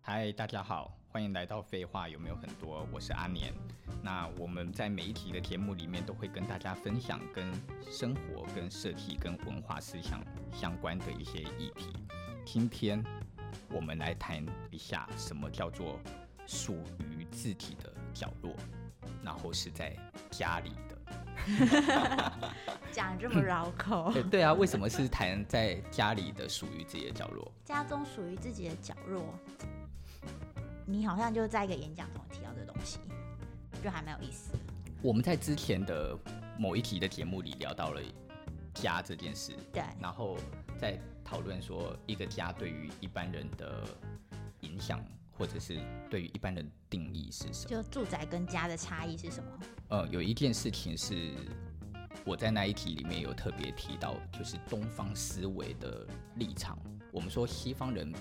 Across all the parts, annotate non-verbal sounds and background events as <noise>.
嗨，大家好，欢迎来到《废话有没有很多》，我是阿年。那我们在每一集的节目里面都会跟大家分享跟生活、跟设计、跟文化思想相关的一些议题。今天我们来谈一下什么叫做属于自己的角落，然后是在家里的。讲这么嗯绕 <laughs> 口。对对啊，为什么是谈在家里的属于自己的角落？家中属于自己的角落，你好像就在一个演讲中提到这东西，就还蛮有意思的。我们在之前的某一集的节目里聊到了家这件事，对然后在讨论说一个家对于一般人的影响，或者是对于一般人定义是什么。就住宅跟家的差异是什么？呃，有一件事情是我在那一题里面有特别提到，就是东方思维的立场。我们说西方人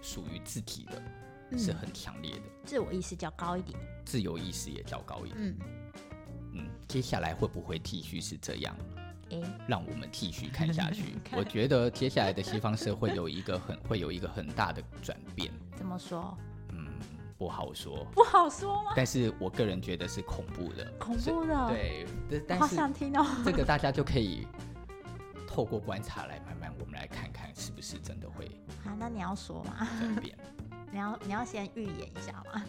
属于自己的是很强烈的，自我意识较高一点。自由意识也较高一点。嗯，嗯，接下来会不会继续是这样？诶，让我们继续看下 <laughs> 去。我觉得接下来的西方社会有一个很会有一个很大的转变，怎么说？嗯，不好说。不好说吗？但是我个人觉得是恐怖的，恐所以怖的对，但好但想是听哦。这个大家就可以透过观察来慢慢，我们来看看是不是真的会啊，那你要说吗？ <laughs> 转变。你要你要先预演一下吗？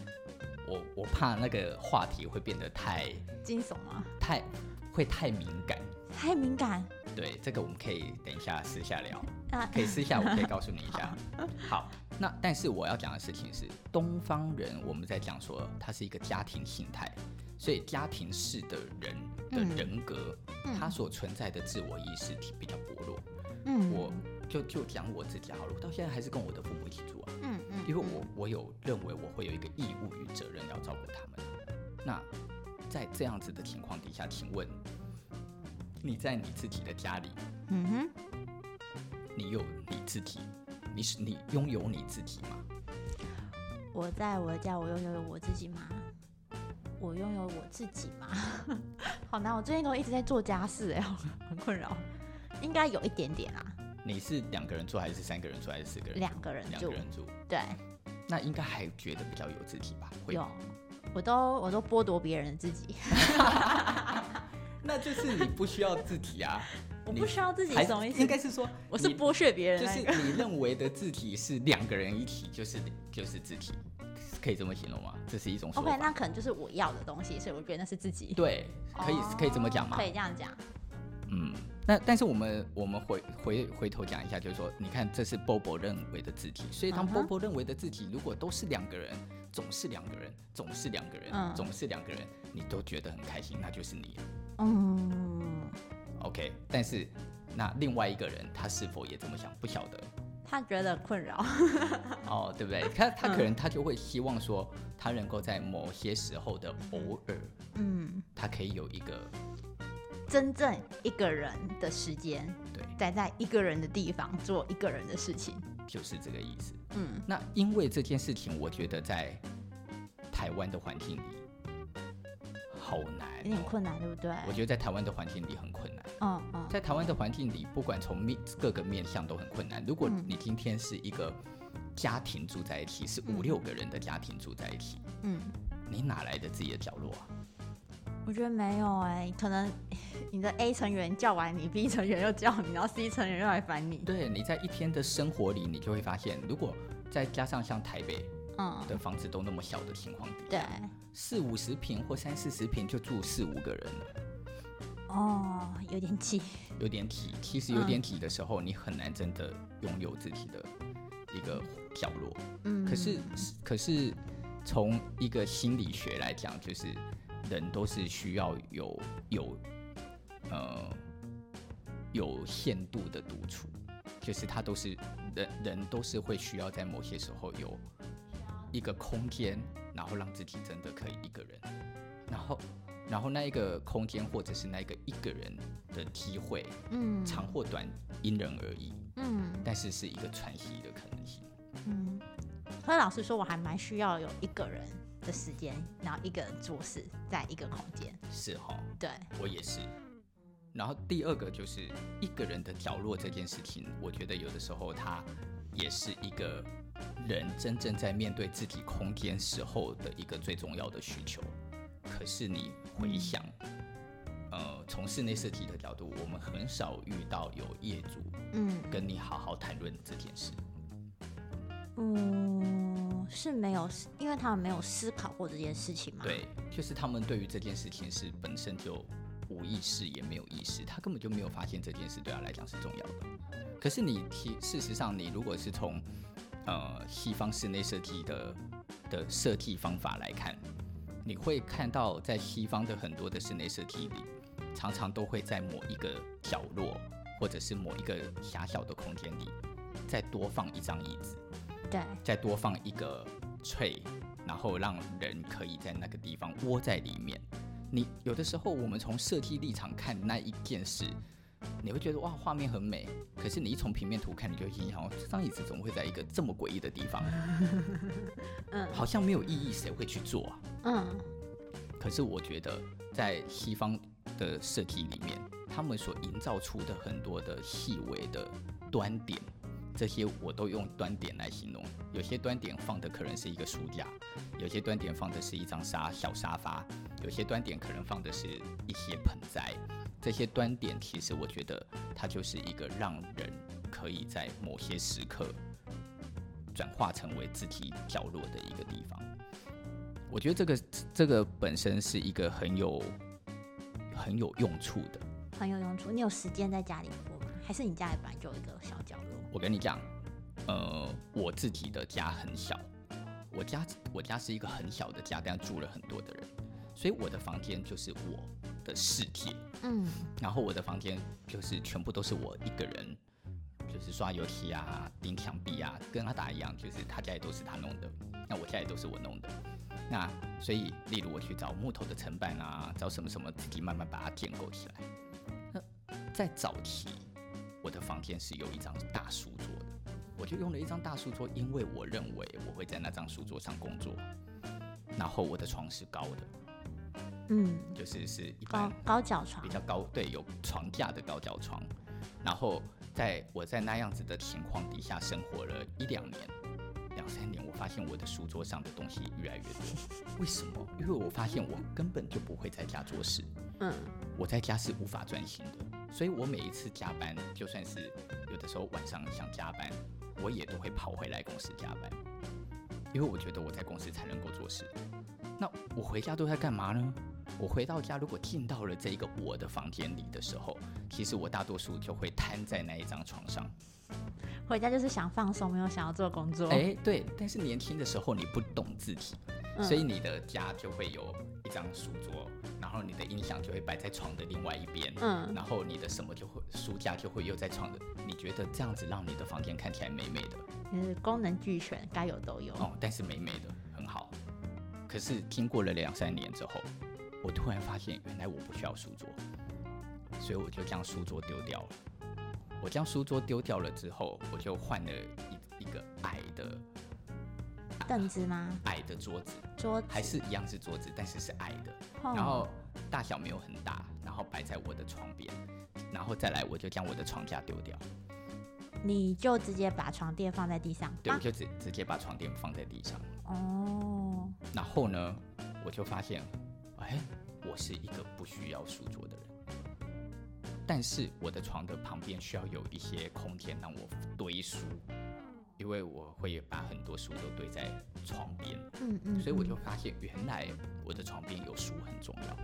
我我怕那个话题会变得太惊悚吗？太会太敏感。太敏感。啊对，这个我们可以等一下私下聊。那可以私下我可以告诉你一 <laughs> 下。好，那但是我要讲的事情是，东方人我们在讲说它是一个家庭形态，所以家庭式的人的嗯人格，嗯他所存在的自我意识体比较薄弱。嗯我就就讲我自己好了，我到现在还是跟我的父母一起住啊，嗯嗯，因为我我有认为我会有一个义务与责任要照顾他们。那在这样子的情况底下，请问你在你自己的家里嗯哼，你有你自己，你是你拥有你自己吗？我在我的家，我拥有我自己吗？我拥有我自己吗？ <laughs> 好难，我最近都一直在做家事、哎， <laughs> 很困扰。应该有一点点啦，你是两个人住还是三个人住还是四个人住？两个人两住个，人住，对，那应该还觉得比较有自己吧？会有，我都我都剥夺别人的自己， <laughs> 那就是你不需要自己啊， <laughs> 我你不需要自己还什么意思应？该是说我是你剥削别人就的那是个，你认为的自己是两个人一起，就是就是自己，可以这么形容吗？这是一种说 OK，法。那可能就是我要的东西，所以我觉得那是自己，对，可以、可以这么讲哦吗？可以这样讲，嗯，那但是我们我们回回回头讲一下，就是说，你看这是 Bobo 认为的自己，所以当嗯哼 Bobo 认为的自己，如果都是两个人，总是两个人，总是两个人，嗯总是两个人，你都觉得很开心，那就是你嗯， OK。但是那另外一个人他是否也这么想，不 <laughs> 晓得他觉得困扰，哦，对不对？他他可能他就会希望说，他能够在某些时候的偶尔，嗯，他可以有一个真正一个人的时间，对，待在一个人的地方做一个人的事情。就是这个意思。嗯，那因为这件事情，我觉得在台湾的环境里好难、哦有点。困难，对不对？我觉得在台湾的环境里很困难，嗯嗯在台湾的环境里，不管从面各个面向都很困难。如果嗯你今天是一个家庭住在一起，是五嗯六个人的家庭住在一起，嗯，你哪来的自己的角落啊？我觉得没有哎、可能你的 A 成员叫完你，B 成员又叫你，然后 C 成员又来烦你。对，你在一天的生活里，你就会发现，如果再加上像台北嗯，的房子都那么小的情况底对下，，四五十平或三四十平就住四五个人了。哦，有点气。有点体，其实有点体的时候，你很难真的拥有自己的一个角落。嗯，可是，可是从一个心理学来讲，就是人都是需要有有呃有限度的独处，就是他都是人人都是会需要在某些时候有一个空间，然后让自己真的可以一个人，然后然后那一个空间或者是那一个一个人的机会，嗯长或短因人而异，嗯但是是一个喘息的可能性。嗯，可是老实说，我还蛮需要有一个人的时间，然后一个人做事，在一个空间。是哈，对，我也是。然后第二个就是一个人的角落这件事情，我觉得有的时候它也是一个人真正在面对自己空间时候的一个最重要的需求。可是你回想，呃，从室内设计的角度，我们很少遇到有业主嗯跟你好好谈论这件事。嗯，是没有思，因为他们没有思考过这件事情嘛。，对，就是他们对于这件事情是本身就无意识，也没有意识，他根本就没有发现这件事对他来讲是重要的。可是你其事实上，你如果是从呃西方室内设计的的设计方法来看，你会看到在西方的很多的室内设计里，常常都会在某一个角落或者是某一个狭小的空间里，再多放一张椅子。对，再多放一个 tray，然后让人可以在那个地方窝在里面。你有的时候，我们从设计立场看那一件事，你会觉得哇，画面很美。可是你一从平面图看，你就会心想，哦这张椅子怎么会在一个这么诡异的地方？嗯好像没有意义，谁会去做啊？嗯可是我觉得，在西方的设计里面，他们所营造出的很多的细微的端点，这些我都用端点来形容。有些端点放的可能是一个书架，有些端点放的是一张沙小沙发，有些端点可能放的是一些盆栽。这些端点其实我觉得它就是一个让人可以在某些时刻转化成为自己角落的一个地方。我觉得这个这个本身是一个很有很有用处的。很有用处。你有时间在家里过吗？还是你家里本来就有一个小角落？我跟你讲，呃，我自己的家很小，我家我家是一个很小的家，但住了很多的人，所以我的房间就是我的世界。嗯然后我的房间就是全部都是我一个人，就是刷油漆啊、钉墙壁啊，跟他打一样，就是他家也都是他弄的，那我家也都是我弄的。那所以，例如我去找木头的承板啊，找什么什么，自己慢慢把它建构起来。那在早期，我的房间是有一张大书桌的，我就用了一张大书桌，因为我认为我会在那张书桌上工作。然后我的床是高的，嗯，就是是一般高高脚床哎比。较高，对，有床架的高脚床。然后在我在那样子的情况底下生活了一两年、两三年，我发现我的书桌上的东西越来越多。为什么？因为我发现我根本就不会在家做事，嗯我在家是无法专心的。所以我每一次加班，就算是有的时候晚上想加班，我也都会跑回来公司加班，因为我觉得我在公司才能够做事。那我回家都在干嘛呢？我回到家，如果进到了这一个我的房间里的时候，其实我大多数就会瘫在那一张床上。回家就是想放松，没有想要做工作。哎、对，但是年轻的时候你不懂自己，嗯所以你的家就会有一张书桌，然后你的音响就会摆在床的另外一边，嗯然后你的什么就会书架就会又在床的。你觉得这样子让你的房间看起来美美的就是功能俱全，该有都有。哦，但是美美的很好。可是经过了两三年之后，我突然发现原来我不需要书桌，所以我就将书桌丢掉了。我将书桌丢掉了之后，我就换了一一个矮的凳子吗？矮的桌子，桌子还是一样是桌子，但是是矮的，哦然后大小没有很大，然后摆在我的床边，然后再来我就将我的床架丢掉，你就直接把床垫放在地上。对，吧我就直直接把床垫放在地上，哦，然后呢，我就发现，哎，我是一个不需要书桌的人，但是我的床的旁边需要有一些空间让我堆书，因为我会把很多书都堆在床边，嗯嗯，所以我嗯就发现原来我的床边有书很重要。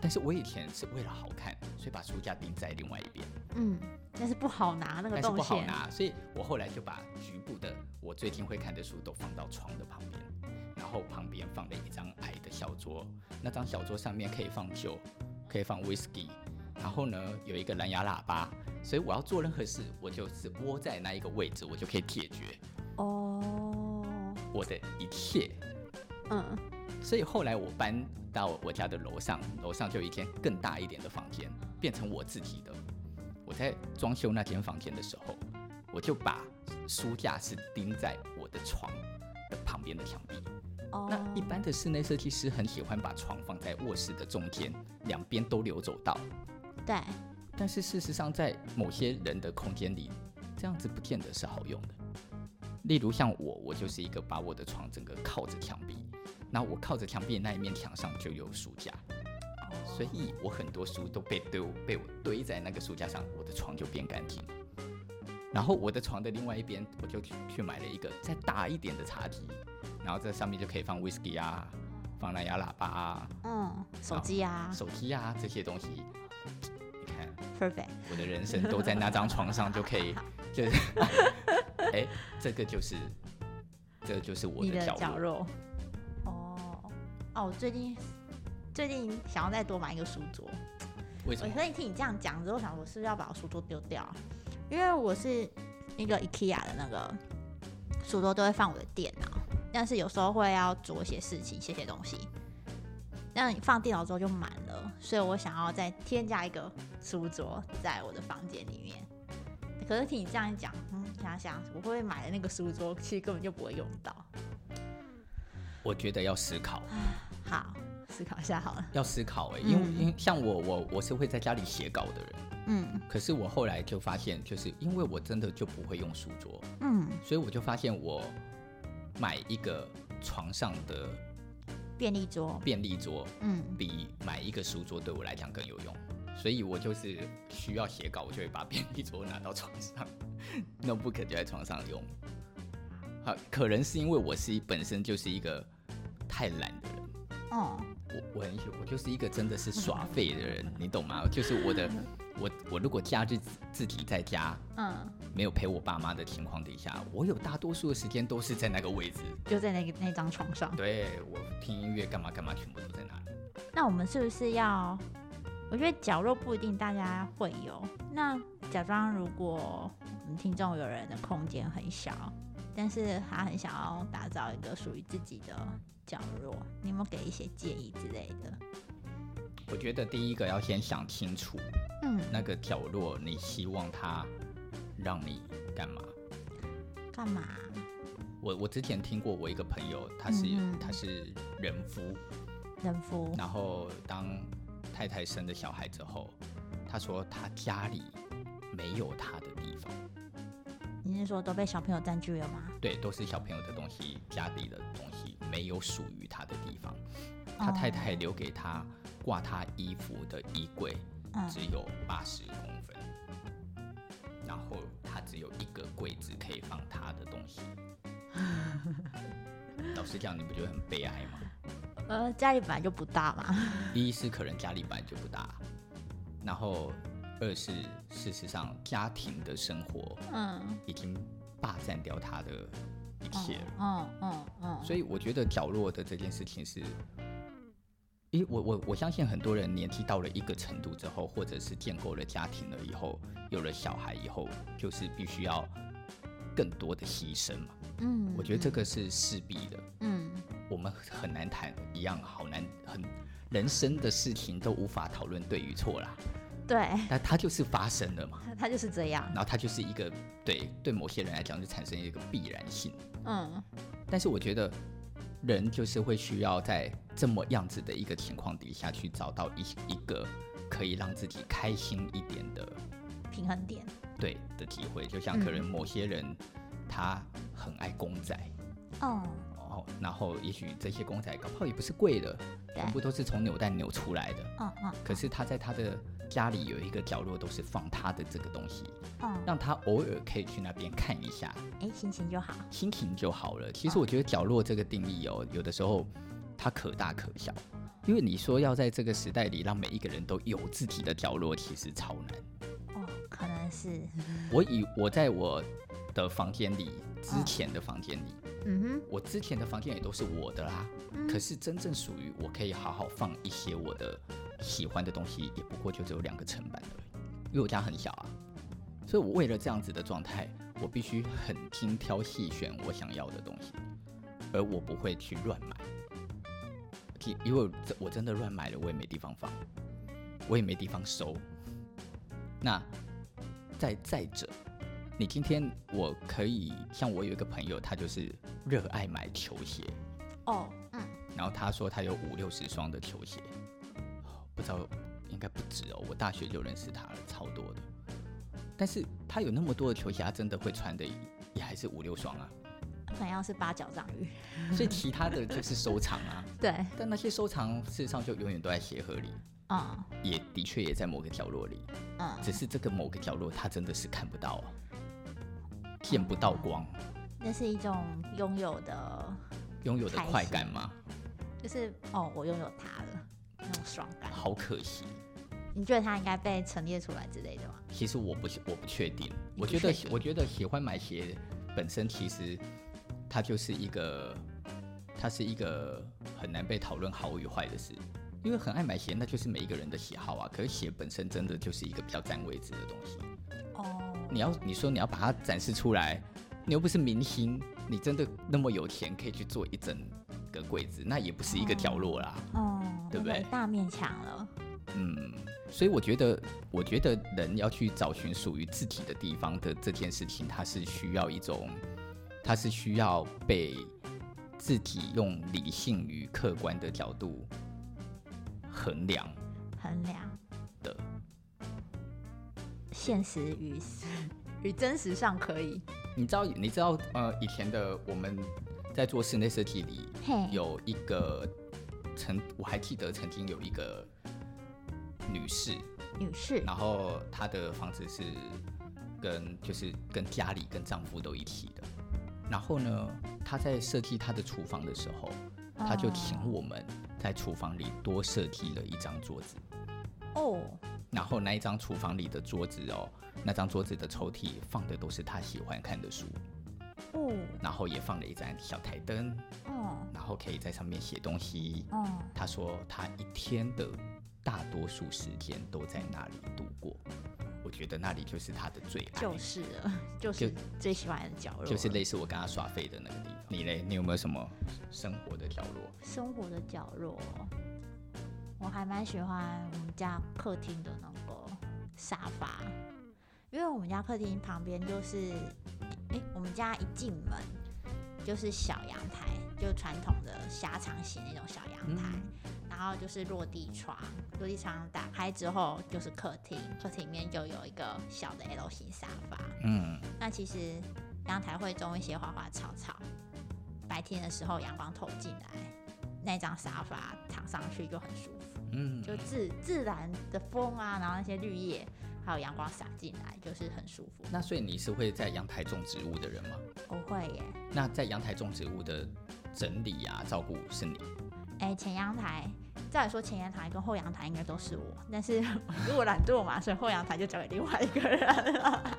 但是我以前是为了好看，所以把书架钉在另外一边，嗯，但是不好拿那个但是动不好线。拿，所以我后来就把局部的我最近会看的书都放到床的旁边，然后旁边放了一张矮的小桌，那张小桌上面可以放酒，可以放 whisky，然后呢有一个蓝牙喇叭，所以我要做任何事，我就是窝在那一个位置，我就可以解决哦，我的一切嗯所以后来我搬到我家的楼上，楼上就有一间更大一点的房间，变成我自己的。我在装修那间房间的时候，我就把书架是钉在我的床的旁边的墙壁。哦，那一般的室内设计师很喜欢把床放在卧室的中间，两边都留走道。对，但是事实上，在某些人的空间里，这样子不见得是好用的。例如像我，我就是一个把我的床整个靠着墙壁，那我靠着墙壁的那一面墙上就有书架，所以我很多书都被堆被我堆在那个书架上，我的床就变干净。然后我的床的另外一边，我就去去买了一个再大一点的茶几，然后在上面就可以放 whisky 啊，放蓝牙喇叭啊，嗯，手机啊手机啊这些东西。你看， ，perfect，我的人生都在那张床上就可 <laughs> 以，就是，哎、这个就是，这就是我你的角落。落。哦，哦，我最近最近想要再多买一个书桌，为什我么？可以听你这样讲之后，我想我是不是要把我书桌丢掉？啊因为我是一个 IKEA 的那个书桌都会放我的电脑，但是有时候会要做一些事情，写写东西。那你放电脑之后就满了，所以我想要再添加一个书桌在我的房间里面。可是听你这样一讲，嗯，想想我会不会买的那个书桌，其实根本就不会用到。我觉得要思考，好，思考一下好了。要思考哎、因为、嗯因为像我我我是会在家里写稿的人，嗯可是我后来就发现，就是因为我真的就不会用书桌，嗯，所以我就发现我买一个床上的便利桌，便利桌，嗯比买一个书桌对我来讲更有用。所以我就是需要写稿，我就会把便利桌拿到床上，notebook 就在床上用。好，可能是因为我是本身就是一个太懒的人，哦，我我很喜我就是一个真的是耍废的人，你懂吗？就是我的我我如果假日自自己在家嗯。没有陪我爸妈的情况底下，我有大多数的时间都是在那个位置，就在那个那张床上。对我听音乐干嘛干嘛全部都在那里。那我们是不是要？我觉得角落不一定大家会有。那假装如果我们听众有人的空间很小，但是他很想要打造一个属于自己的角落，你有没有给一些建议之类的？我觉得第一个要先想清楚，嗯，那个角落，你希望它让你干嘛？干嘛？我我之前听过我一个朋友，他是、嗯嗯他是人夫，人夫然后当太太生了小孩之后，他说他家里没有他的地方，你是说都被小朋友占据了吗？对，都是小朋友的东西，家里的东西没有属于他的地方。他太太留给他挂他衣服的衣柜嗯只有八十公分，然后他只有一个柜子可以放他的东西。老实讲，你不觉得很悲哀吗？呃，家里本来就不大嘛。一是可能家里本来就不大，然后二是事实上家庭的生活嗯，已经霸占掉他的一切了。嗯嗯嗯，所以我觉得角落的这件事情是，因我我我相信很多人年纪到了一个程度之后，或者是建构了家庭了以后，有了小孩以后，就是必须要更多的牺牲嘛。嗯，我觉得这个是势必的，嗯我们很难谈一样，好难很。人生的事情都无法讨论对与错啦，对， <laughs> 但它就是发生了嘛，他他就是这样。然后它就是一个对对某些人来讲就产生一个必然性，嗯但是我觉得人就是会需要在这么样子的一个情况底下去找到一一个可以让自己开心一点的平衡点。对的机会，就像可能某些人他很爱公仔。哦，哦，然后也许这些公仔搞不好也不是贵的，对全部都是从扭蛋扭出来的。嗯嗯可是他在他的家里有一个角落，都是放他的这个东西，嗯，让他偶尔可以去那边看一下，哎，心情就好。心情就好了。其实我觉得角落这个定义哦，有的时候它可大可小，因为你说要在这个时代里让每一个人都有自己的角落，其实超难。哦，可能是，我以我在我的房间里，之前的房间里，嗯我之前的房间也都是我的啦。嗯可是真正属于我可以好好放一些我的喜欢的东西，也不过就只有两个层板而已，因为我家很小啊。所以我为了这样子的状态，我必须很精挑细选我想要的东西，而我不会去乱买。其因为这我真的乱买了，我也没地方放，我也没地方收。那再再者，你今天我可以像我有一个朋友，他就是热爱买球鞋，哼，哦，嗯，然后他说他有五六十双的球鞋，不知道应该不止哦。我大学就认识他了，超多的。但是他有那么多的球鞋，他真的会穿的也还是五六双啊。同样是八角章鱼。所以其他的就是收藏啊，对，但那些收藏事实上就永远都在鞋盒里，嗯也的确也在某个角落里，嗯，只是这个某个角落它真的是看不到啊，见不到光，那是一种拥有的，拥有的快感吗？就是哦，我拥有它了那种爽感。好可惜。你觉得它应该被陈列出来之类的吗？其实我不是我不确定，你我不觉得确定我觉得喜欢买鞋本身其实它就是一个，它是一个很难被讨论好与坏的事，因为很爱买鞋那就是每一个人的喜好啊。可是鞋本身真的就是一个比较占位置的东西，哦，你要你说你要把它展示出来，你又不是明星，你真的那么有钱可以去做一整个柜子，那也不是一个角落啦。哦，对不那种对大面墙了，嗯，所以我觉得，我觉得人要去找寻属于自己的地方的这件事情，它是需要一种，它是需要被自己用理性与客观的角度衡量。衡量的现实 <laughs> 与与真实上可以。你知道，你知道，呃，以前的我们在做室内设计里嘿，有一个曾，我还记得曾经有一个女士，女士，然后她的房子是跟就是跟家里跟丈夫都一起的。然后呢，她在设计她的厨房的时候，她就请我们在厨房里多设计了一张桌子。哦，然后那一张厨房里的桌子哦，那张桌子的抽屉放的都是她喜欢看的书，哦，然后也放了一盏小台灯，哦，然后可以在上面写东西。哦，她说她一天的大多数时间都在那里度过。我觉得那里就是她的最爱。就是了，就是最喜欢的角落了，就是类似我跟他耍废的那个地方。你嘞，你有没有什么生活的角落？生活的角落。我还蛮喜欢我们家客厅的那个沙发，因为我们家客厅旁边就是，诶、我们家一进门就是小阳台，就传统的狭长型那种小阳台，然后就是落地窗，落地窗打开之后就是客厅，客厅里面就有一个小的 L 型沙发，嗯，那其实阳台会种一些花花草草，白天的时候阳光透进来，那张沙发躺上去就很舒服，嗯，就自自然的风啊，然后那些绿叶还有阳光洒进来，就是很舒服。那所以你是会在阳台种植物的人吗？我会耶，那在阳台种植物的整理啊、照顾是你，哎、前阳台。照理说前阳台跟后阳台应该都是我，但是 <laughs> 如果懒惰嘛，所以后阳台就交给另外一个人了。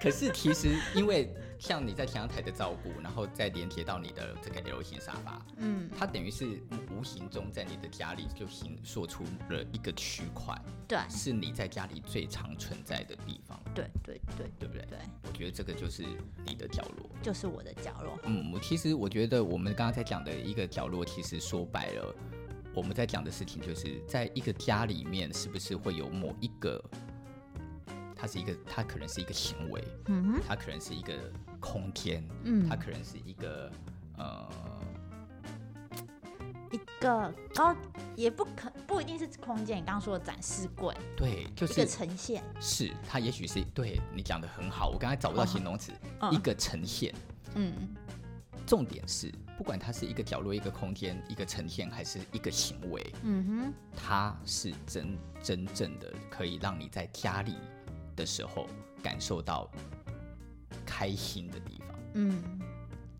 可是其实因为像你在前阳台的照顾，然后再连接到你的这个 L 型沙发，嗯，它等于是无形中在你的家里就形塑出了一个区块，对是你在家里最常存在的地方，对对对对不对？对，我觉得这个就是你的角落。就是我的角落。嗯，我其实我觉得我们刚刚在讲的一个角落，其实说白了，我们在讲的事情就是在一个家里面，是不是会有某一个，它是一个，它可能是一个行为，嗯哼，它可能是一个空间，嗯它可能是一个呃，一个高，也不可不一定是空间，你刚刚说的展示柜，对，就一个是呈现，是它也许是对你讲的很好，我刚才找不到形容词，嗯一个呈现。嗯，重点是，不管它是一个角落、一个空间、一个呈现，还是一个行为，嗯它是真真正的可以让你在家里的时候感受到开心的地方，哼，嗯，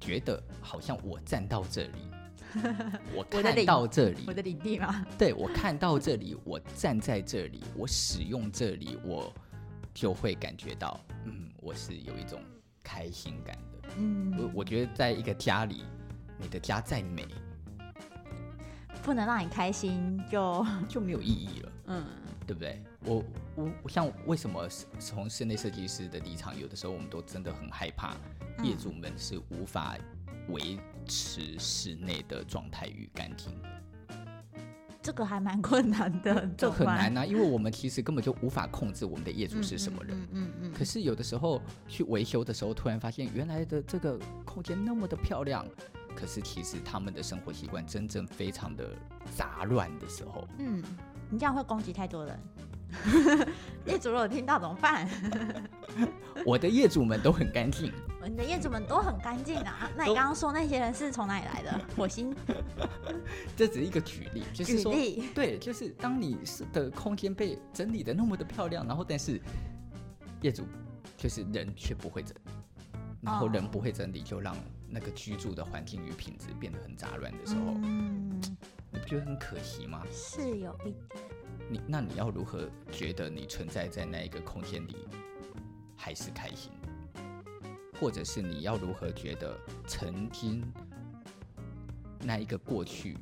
觉得好像我站到这 <laughs> 里，我我的看领到这里我，的领地嘛，对我看到这里，我站在这里，我使用这里，我就会感觉到，嗯，我是有一种开心感的。嗯，我我觉得在一个家里，你的家再美不能让你开心就，就没有意义了。嗯，对不对？我我我像为什么是从室内设计师的立场，有的时候我们都真的很害怕，业主们是无法维持室内的状态与干净的，这个还蛮困难的，这很怎么办，难啊，因为我们其实根本就无法控制我们的业主是什么人。嗯嗯嗯可是有的时候去维修的时候，突然发现原来的这个空间那么的漂亮，可是其实他们的生活习惯真正非常的杂乱的时候，嗯，嗯你这样会攻击太 <laughs> 多人，业主如果听到怎么办？我的业主们都很干净，我你的业主们都很干净啊。那你都刚刚说那些人是从哪里来的？火星这只是一个举例，就是举说，例，对，就是当你是的空间被整理的那么的漂亮，然后但是业主就是人却不会整理，然后哦人不会整理，就让那个居住的环境与品质变得很杂乱的时候，嗯，你不觉得很可惜吗？是有一点，你那你要如何觉得你存在在那一个空间里还是开心的？或者是你要如何觉得曾经那一个过去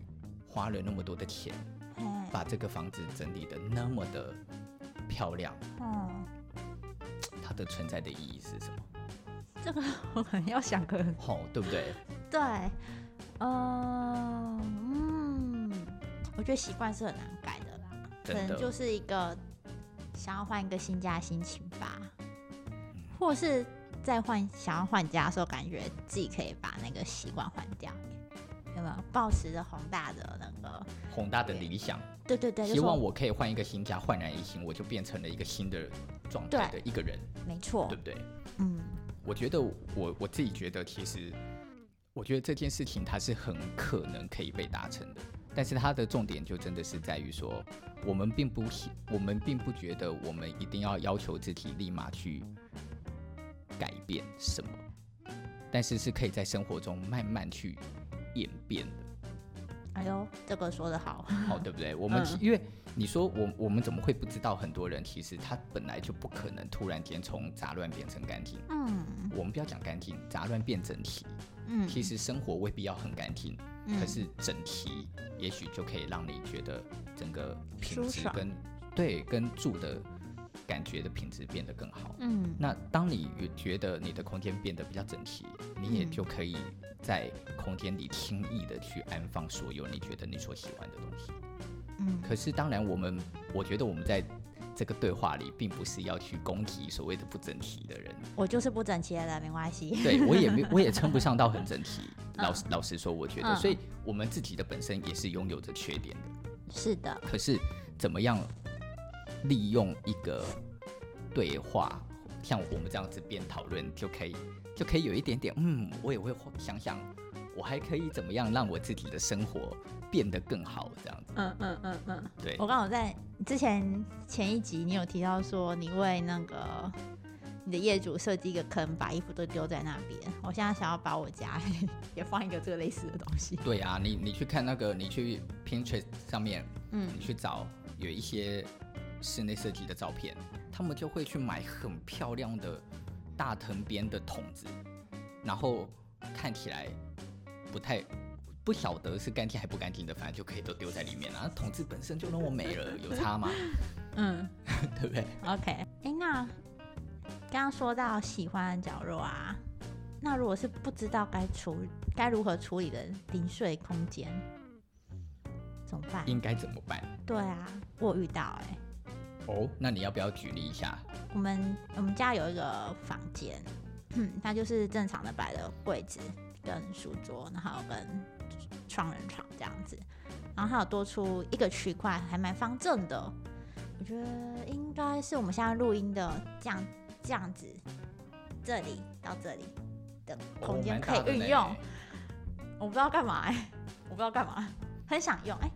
花了那么多的钱，哎，把这个房子整理的那么的漂亮，嗯， <laughs> 它的存在的意义是什么？我们要想个吼、对不对？对，呃，嗯，我觉得习惯是很难改的啦，可真的能就是一个想要换一个新家的心情吧，嗯或是在换想要换家的时候，感觉自己可以把那个习惯换掉，有没有？保持着宏大的那个，宏大的理想，对对对，就希望是我可以换一个新家，焕然一新，我就变成了一个新的状态的一个人，没错对，不对？嗯，我觉得我我自己觉得，其实我觉得这件事情它是很可能可以被达成的，但是它的重点就真的是在于说，我们并不喜，我们并不觉得我们一定要要求自己立马去改变什么，但是是可以在生活中慢慢去演变的。哎呦，这个说的好，好，对不对？我们其、因为你说我我们怎么会不知道很多人其实他本来就不可能突然间从杂乱变成干净。嗯我们不要讲干净，杂乱变整齐。嗯，其实生活未必要很干净，嗯可是整齐也许就可以让你觉得整个品舒质爽跟对跟住的感觉的品质变得更好。嗯那当你也觉得你的空间变得比较整齐，你也嗯就可以在空间里轻易的去安放所有你觉得你所喜欢的东西。嗯，可是当然，我们我觉得我们在这个对话里，并不是要去攻击所谓的不整齐的人，我就是不整齐的人，没关系，对我也没，我也称不上到很整齐。老实老实说，我觉得，嗯所以我们自己的本身也是拥有着缺点的。是的，可是，怎么样利用一个对话，像我们这样子边讨论，就可以就可以有一点点，嗯，我也会想想，我还可以怎么样让我自己的生活变得更好，这样子。嗯嗯嗯嗯。对我，刚好在之前前一集，你有提到说你为那个你的业主设计一个坑，把衣服都丢在那边。我现在想要把我家 <laughs> 也放一个这个类似的东西。对啊，你你去看那个，你去 Pinterest 上面， <laughs> 嗯你去找有一些室内设计的照片，他们就会去买很漂亮的大藤编的桶子，然后看起来不太不晓得是干净还不干净的，反正就可以都丢在里面了。桶子本身就那么美了，有差吗？嗯对不对？ ，OK。哎、那刚刚说到喜欢的角落啊，那如果是不知道该处该如何处理的零碎空间，怎么办？应该怎么办？对啊，我有遇到哎、哦，那你要不要举例一下？我们我们家有一个房间， <clears throat> 它就是正常的摆了柜子跟书桌，然后跟双人床这样子，然后还有多出一个区块，还蛮方正的。我觉得应该是我们现在录音的这样这样子，这里到这里的空间可以运用。哦蛮大的呢我不知道干嘛哎、 <laughs> 我不知道干嘛，很想用哎、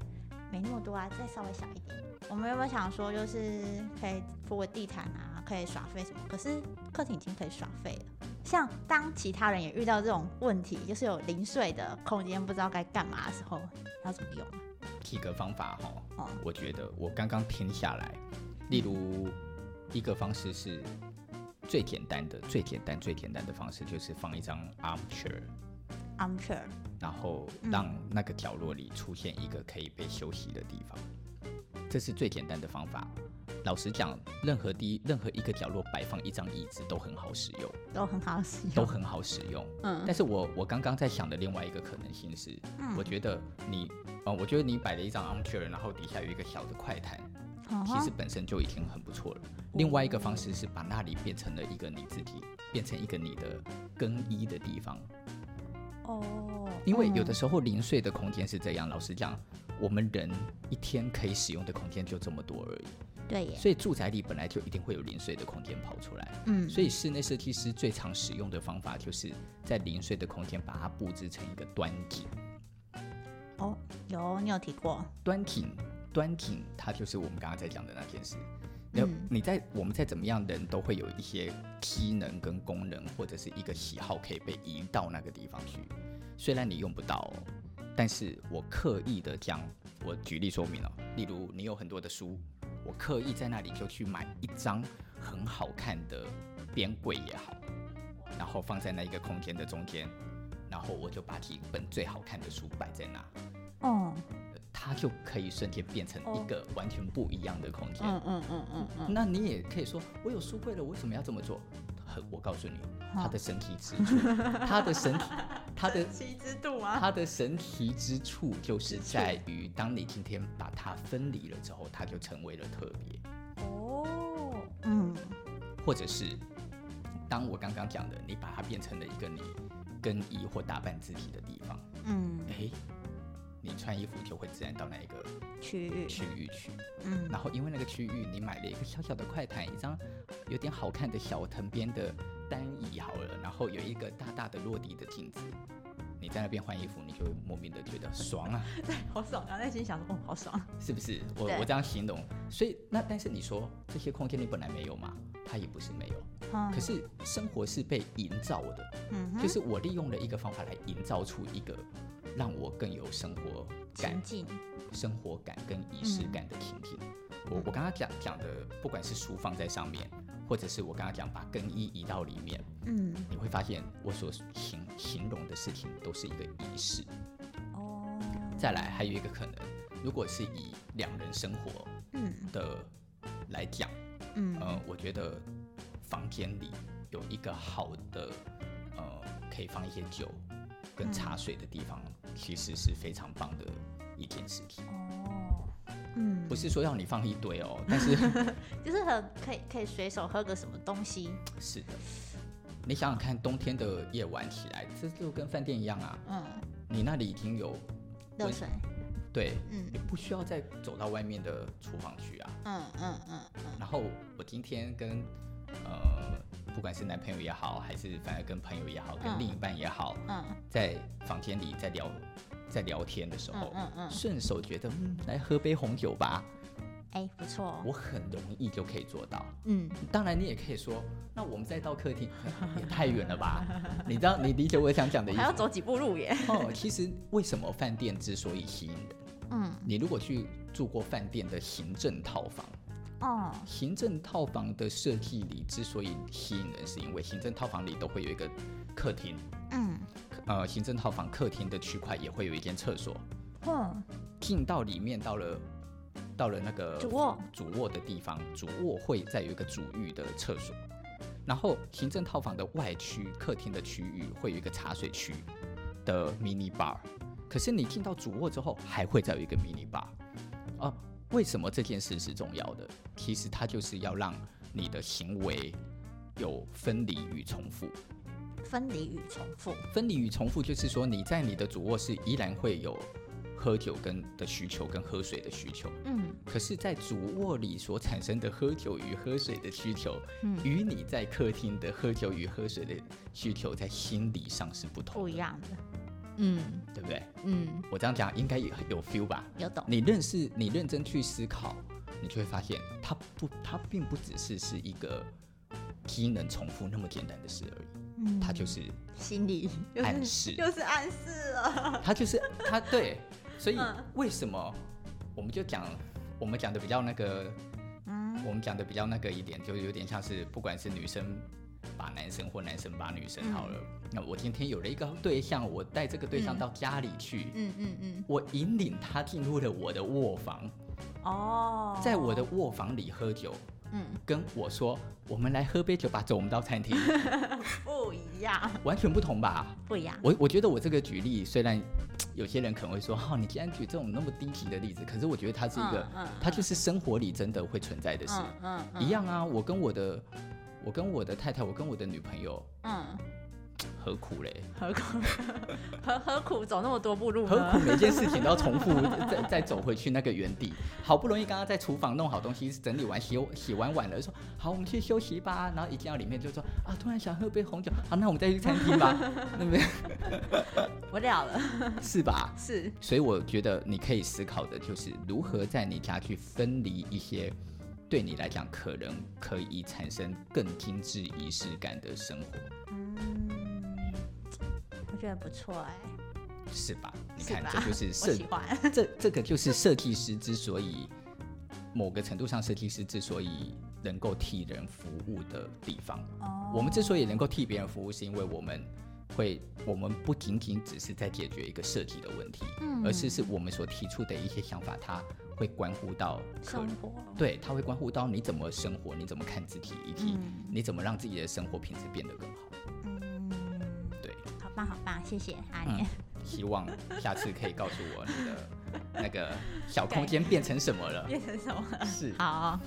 没那么多啊，再稍微小一点。我们有没有想说，就是可以铺个地毯啊，可以耍废什么？可是客厅已经可以耍废了。像当其他人也遇到这种问题，就是有零碎的空间不知道该干嘛的时候，要怎么用啊？几个方法哈、哦我觉得我刚刚听下来，例如一个方式是最简单的、最简单、最简单的方式，就是放一张 armchair， armchair，然后让那个角落里出现一个可以被休息的地方，这是最简单的方法。老实讲，任何地任何一个角落摆放一张椅子都很好使用，都很好使都用。很好使用。嗯但是我我刚刚在想的另外一个可能性是，嗯我觉得你，呃，我觉得你摆了一张 armchair，然后底下有一个小的快毯，嗯其实哼，本身就已经很不错了。另外一个方式是把那里变成了一个你自己，变成一个你的更衣的地方。哦，因为有的时候零碎的空间是这样，老实讲，我们人一天可以使用的空间就这么多而已。对耶，所以住宅里本来就一定会有零碎的空间跑出来。嗯，所以室内设计师最常使用的方法，就是在零碎的空间把它布置成一个端景。哦，有你有提过，端挺，端挺，它就是我们刚刚在讲的那件事。那嗯你在我们在怎么样的人都会有一些机能跟功能，或者是一个喜好可以被移到那个地方去。虽然你用不到、哦，但是我刻意的将，我举例说明了、例如你有很多的书，我刻意在那里就去买一张很好看的边柜也好，然后放在那一个空间的中间，然后我就把几本最好看的书摆在那，哦，它就可以瞬间变成一个完全不一样的空间。嗯嗯嗯嗯嗯，那你也可以说，我有书柜了，我为什么要这么做？很，我告诉你，好他的神奇 <laughs> 之处，他的神，他的七之度啊，他的神奇之处就是在于，当你今天把它分离了之后，它就成为了特别，哦，嗯，或者是当我刚刚讲的，你把它变成了一个你更衣或打扮自己的地方，嗯，诶，你穿衣服就会自然到那一个区域，区域去。嗯然后因为那个区域你买了一个小小的快毯，一张有点好看的小藤编的单椅好了，然后有一个大大的落地的镜子，你在那边换衣服，你就会莫名的觉得爽啊，对， <laughs> 好爽，然后内心想说，哦，好爽， <laughs> 是不是？我对我这样形容，所以那但是你说这些空间你本来没有吗？它也不是没有，嗯可是生活是被营造的，嗯哼，就是我利用了一个方法来营造出一个让我更有生活感情境，生活感跟仪式感的情境。我我刚刚讲讲的，不管是书放在上面，或者是我刚刚讲把更衣移到里面，嗯，你会发现我所形形容的事情都是一个仪式。哦，再来，还有一个可能，如果是以两人生活嗯的来讲，嗯呃，我觉得房间里有一个好的，呃，可以放一些酒跟茶水的地方，其实是非常棒的一件事情。哦，嗯不，是说要你放一堆哦，但是就是很可以可以随手喝个什么东西，是的，你想想看，冬天的夜晚起来，这就跟饭店一样啊。嗯，你那里已经有热温水，对，嗯你不需要再走到外面的厨房去啊。嗯嗯嗯嗯，然后我今天跟呃，不管是男朋友也好，还是反而跟朋友也好，跟嗯另一半也好，嗯在房间里在聊在聊天的时候，嗯嗯嗯顺手觉得嗯，来喝杯红酒吧，哎，不错哦，我很容易就可以做到。嗯，当然，你也可以说，那我们再到客厅 <laughs> 也太远了吧？你知道，你理解我想讲的意还要思走几步路耶，哦。其实，为什么饭店之所以吸引人？嗯，你如果去住过饭店的行政套房，哦，行政套房的设计里之所以吸引人，是因为行政套房里都会有一个客厅，嗯，呃，行政套房客厅的区块也会有一间厕所，哼，进到里面到了。到了那个主卧主卧的地方，主卧会再有一个主浴的厕所，然后行政套房的外区客厅的区域会有一个茶水区的 mini bar，可是你进到主卧之后还会再有一个 mini bar，啊，为什么这件事是重要的？其实它就是要让你的行为有分离与重复，分离与重复，分离与重复就是说你在你的主卧室依然会有喝酒跟的需求跟喝水的需求，嗯可是，在主卧里所产生的喝酒与喝水的需求，嗯，与你在客厅的喝酒与喝水的需求，在心理上是不同不的，一样的，嗯对不对？嗯，我这样讲应该有有 feel 吧？有懂，你认识，你认真去思考，你就会发现，它不，它并不只是是一个机能重复那么简单的事而已，嗯，它就是心里又暗是示，又是暗示了，它就是它对，所以嗯为什么我们就讲，我们讲的比较那个嗯我们讲的比较那个一点，就是有点像是不管是女生把男生或男生把女生好了，那我今天有了一个对象，我带这个对象嗯嗯到家里去。嗯嗯嗯，我引领他进入了我的卧房，哦，在我的，卧房里喝酒，嗯，跟我说我们来喝杯酒吧，走，我们到餐厅， <laughs> 不一样，完全不同吧？不一样，我我觉得我这个举例，虽然有些人可能会说，哦哈、你竟然举这种那么低级的例子，可是我觉得它是一个，嗯嗯它就是生活里真的会存在的事。嗯嗯，嗯一，样啊，我跟我的，我跟我的太太，我跟我的女朋友，嗯何苦嘞？何苦何何苦走那么多步路何呢苦？每件事情都要重复再再走回去那个原地？好不容易刚刚在厨房弄好东西，整理完洗洗完碗了，说好我们去休息吧。然后一进到里面就说啊，突然想喝杯红酒，好、那我们再去餐厅 <laughs> 吧，那边我了了，是吧？是所以我觉得你可以思考的就是如何在你家去分离一些对你来讲可能可以产生更精致仪式感的生活，嗯，我觉得不错哎、是吧？你是看，吧这 <laughs> 就是我设喜欢。这这个就是设计师之所以某个程度上，设计师之所以能够替人服务的地方。哦我们之所以能够替别人服务，是因为我们会，我们不仅仅只是在解决一个设计的问题，嗯而是是我们所提出的一些想法，它会关乎到客生人，活，对，它会关乎到你怎么生活，你怎么看自己，以及嗯你怎么让自己的生活品质变得更好。嗯，对，好棒好棒，谢谢阿嗯年。 <laughs> 希望下次可以告诉我你的那个小空间变成什么 <laughs> 了。变成什么？是好，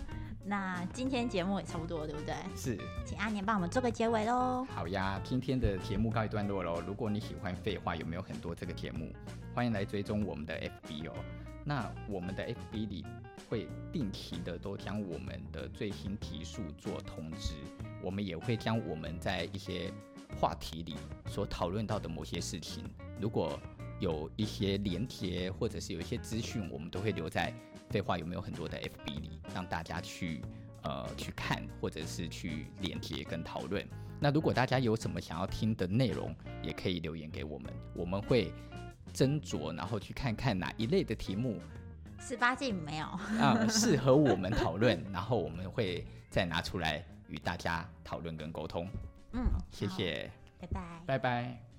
那今天节目也差不多，对不对？是，请阿年帮我们做个结尾喽。好呀，今天的节目告一段落喽。如果你喜欢废话有没有很多这个节目，欢迎来追踪我们的 FB 哦。那我们的 FB 里会定期的都将我们的最新集数做通知，我们也会将我们在一些话题里所讨论到的某些事情，如果有一些连结或者是有一些资讯，我们都会留在废话有没有很多的 FB 里，让大家去呃去看或者是去连接跟讨论。那如果大家有什么想要听的内容，也可以留言给我们，我们会斟酌，然后去看看哪一类的题目十八禁没有？啊、适合我们讨论，然后我们会再拿出来与大家讨论跟沟通。嗯，谢好，谢，拜拜。拜拜。